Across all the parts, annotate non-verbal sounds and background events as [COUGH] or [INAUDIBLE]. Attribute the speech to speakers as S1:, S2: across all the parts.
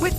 S1: With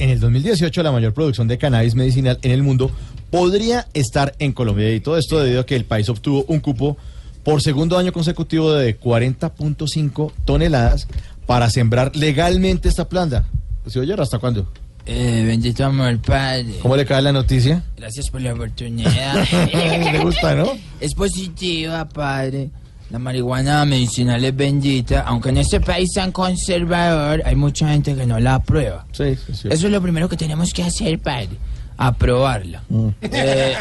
S2: En el 2018, la mayor producción de cannabis medicinal en el mundo podría estar en Colombia. Y todo esto debido a que el país obtuvo un cupo por segundo año consecutivo de 40.5 toneladas para sembrar legalmente esta planta. ¿Se oye hasta cuándo?
S3: Eh, bendito amor, padre.
S2: ¿Cómo le cae la noticia? Ah,
S3: Gracias por la oportunidad. [LAUGHS]
S2: Le gusta, ¿no?
S3: es positiva, padre. La marihuana medicinal es bendita, aunque en este país tan conservador hay mucha gente que no la aprueba.
S2: Sí, sí, sí.
S3: Eso es lo primero que tenemos que hacer, padre. Aprobarla. Eh,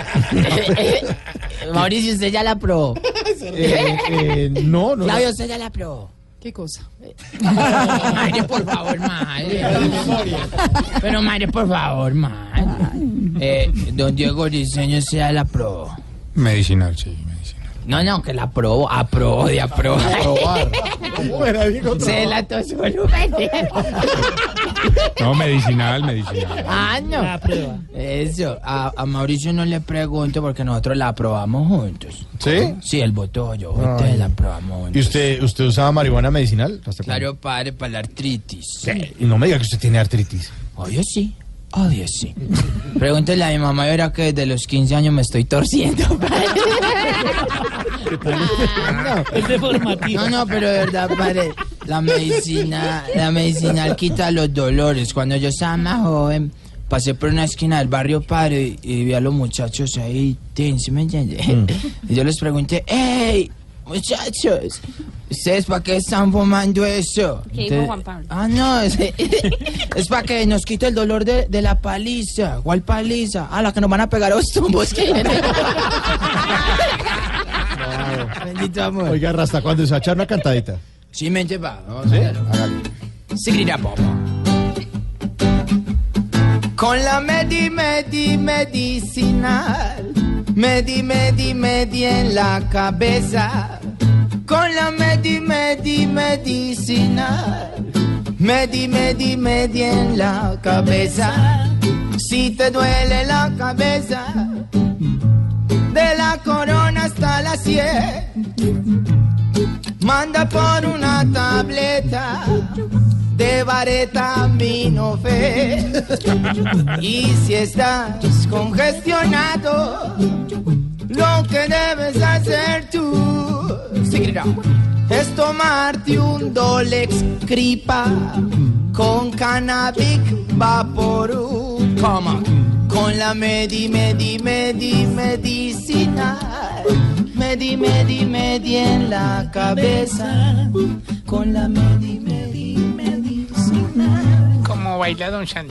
S3: [LAUGHS] Mauricio, usted ya la aprobó.
S2: Eh, eh, no, no.
S3: Claudio, usted ya la aprobó.
S4: ¿Qué cosa?
S3: [LAUGHS] Madre, por favor, madre. Pero madre, por favor, madre. Eh, don Diego Diseño sea la pro.
S5: Medicinal, sí, medicinal.
S3: No, no, que la pro, aprobó de aprobar.
S2: Probar. Ah, ¿Cómo era? Digo,
S3: Se la tosó Rubén.
S5: No, medicinal, medicinal.
S3: Ah, no. Eso, a, a Mauricio no le pregunto porque nosotros la aprobamos juntos.
S2: ¿Sí?
S3: Sí, él votó yo, ustedes la aprobamos juntos.
S2: ¿Y usted, usted usaba marihuana medicinal? ¿Hasta cuándo?
S3: Claro, padre, para la artritis.
S2: Sí, Y no me diga que usted tiene artritis.
S3: Obvio sí, obvio sí. Pregúntale a mi mamá, yo era que desde los 15 años me estoy torciendo. [LAUGHS] padre.
S4: Es deformativo.
S3: No, no, pero de verdad, padre, la medicina, la medicinal quita los dolores. Cuando yo estaba más joven, pasé por una esquina del barrio, padre, y, y vi a los muchachos ahí, tin, ¿sí me entiende? Y yo les pregunté, hey, muchachos, ¿ustedes para qué están fumando eso?
S4: ¿Qué dijo Juan Pablo?
S3: Ah, no, [LAUGHS] es, es para que nos quite el dolor de, de la paliza. ¿Cuál paliza? Ah, la que nos van a pegar a los tumbos. Bendito amor.
S2: Oiga, Rasta, cuando se va a echar una cantadita.
S3: Sí, me lleva. Vamos a ver. Seguirá pomo. Con la medi, medi, medicinal. Medi, medi, medi en la cabeza. Con la medi, medi, medicinal. Medi, medi, medi en la cabeza. Si te duele la cabeza. De la corona hasta la sien. Manda por una tableta de baretaminofén. Y si estás congestionado, lo que debes hacer tú seguirá, es tomarte un Dolex Cripa con Cannabic Vaporú. Con la medi, medi, medi, medicinal. Medi, medi, medi en la cabeza. Con la medi, medi, medicinal.
S5: Como baila Don Santi.